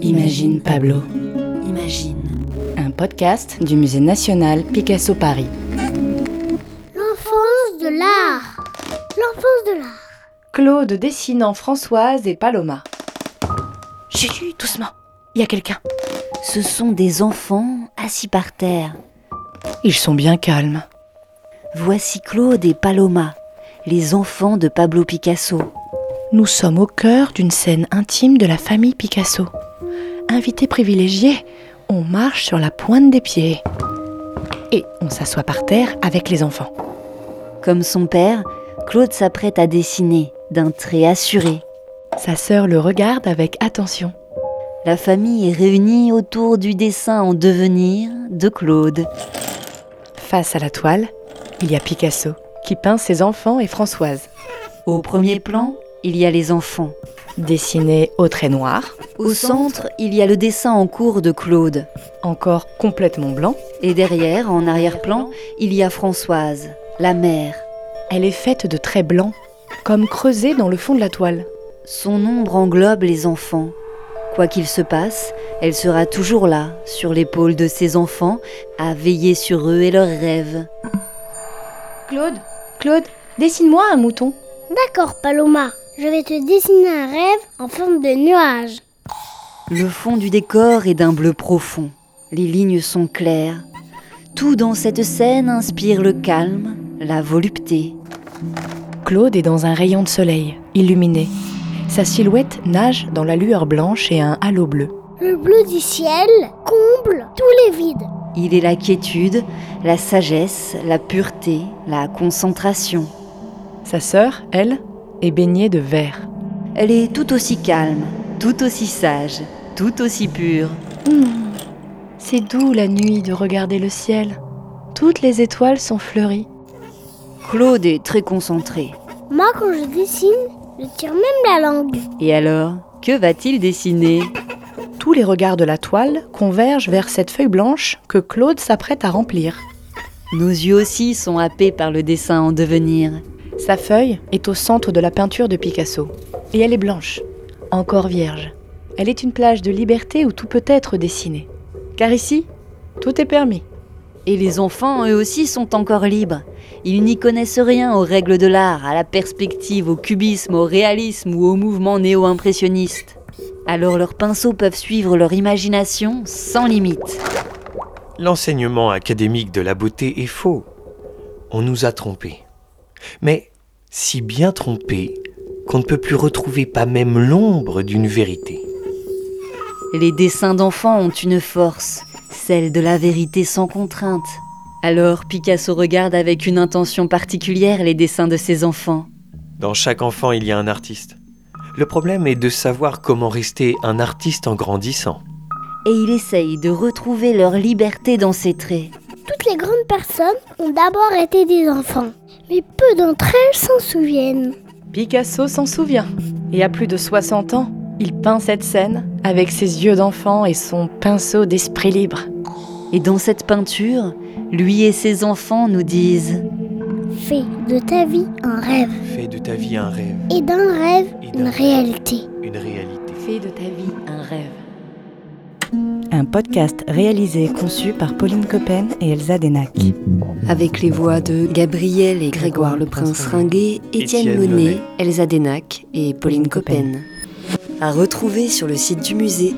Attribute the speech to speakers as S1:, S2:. S1: Imagine Pablo,
S2: Imagine.
S1: un podcast du Musée national Picasso Paris.
S3: L'enfance de l'art. L'enfance de l'art.
S1: Claude dessinant Françoise et Paloma. Chut, doucement, il y a quelqu'un.
S2: Ce sont des enfants assis par terre.
S1: Ils sont bien calmes.
S2: Voici Claude et Paloma, les enfants de Pablo Picasso.
S1: Nous sommes au cœur d'une scène intime de la famille Picasso. Invités privilégiés, on marche sur la pointe des pieds. Et on s'assoit par terre avec les enfants.
S2: Comme son père, Claude s'apprête à dessiner, d'un trait assuré.
S1: Sa sœur le regarde avec attention.
S2: La famille est réunie autour du dessin en devenir de Claude.
S1: Face à la toile, il y a Picasso qui peint ses enfants et Françoise,
S2: Au premier plan, il y a les enfants.
S1: dessinés au trait noir,
S2: Au centre, il y a le dessin en cours de Claude.
S1: encore complètement blanc.
S2: Et derrière, en arrière-plan, il y a Françoise, la mère.
S1: Elle est faite de traits blancs, comme creusés dans le fond de la toile.
S2: Son ombre englobe les enfants. Quoi qu'il se passe, elle sera toujours là, sur l'épaule de ses enfants, à veiller sur eux et leurs rêves.
S1: Claude, Claude, dessine-moi un mouton.
S3: D'accord, Paloma. Je vais te dessiner un rêve en forme de nuage.
S2: Le fond du décor est d'un bleu profond. Les lignes sont claires. Tout dans cette scène inspire le calme, la volupté.
S1: Claude est dans un rayon de soleil, illuminé. Sa silhouette nage dans la lueur blanche et un halo bleu.
S3: Le bleu du ciel comble tous les vides.
S2: Il est la quiétude, la sagesse, la pureté, la concentration.
S1: Sa sœur, elle, est baignée de vert.
S2: Elle est tout aussi calme, tout aussi sage, tout aussi pure.
S3: Hmm.
S1: C'est doux la nuit de regarder le ciel. Toutes les étoiles sont fleuries.
S2: Claude est très concentré.
S3: Moi, quand je dessine, je tire même la langue.
S2: Et alors, que va-t-il dessiner
S1: Tous les regards de la toile convergent vers cette feuille blanche que Claude s'apprête à remplir.
S2: Nos yeux aussi sont happés par le dessin en devenir.
S1: Sa feuille est au centre de la peinture de Picasso. Et elle est blanche, encore vierge. Elle est une plage de liberté où tout peut être dessiné. Car ici, tout est permis.
S2: Et les enfants, eux aussi, sont encore libres. Ils n'y connaissent rien aux règles de l'art, à la perspective, au cubisme, au réalisme ou au mouvement néo-impressionniste. Alors leurs pinceaux peuvent suivre leur imagination sans limite.
S4: L'enseignement académique de la beauté est faux. On nous a trompés. Mais si bien trompés qu'on ne peut plus retrouver pas même l'ombre d'une vérité.
S2: Les dessins d'enfants ont une force, celle de la vérité sans contrainte. Alors Picasso regarde avec une intention particulière les dessins de ses enfants.
S4: Dans chaque enfant, il y a un artiste. Le problème est de savoir comment rester un artiste en grandissant.
S2: Et il essaye de retrouver leur liberté dans ses traits.
S3: Toutes les grandes personnes ont d'abord été des enfants. Mais peu d'entre elles s'en souviennent.
S1: Picasso s'en souvient. Et à plus de 60 ans, il peint cette scène avec ses yeux d'enfant et son pinceau d'esprit libre.
S2: Et dans cette peinture, lui et ses enfants nous disent
S3: Fais de ta vie un rêve.
S4: Fais de ta vie un rêve,
S3: Et d'un rêve,
S4: Et d'un
S3: une
S4: rêve.
S3: réalité.
S4: une réalité.
S2: Fais de ta vie un rêve.
S5: Un podcast réalisé et conçu par Pauline Coppen et Elsa Denac.
S2: Avec les voix de Gabriel et Grégoire le Prince Ringuet, Étienne
S4: Étienne
S2: Monet,
S4: Monet,
S2: Elsa Denac et Pauline Coppen. À retrouver sur le site du musée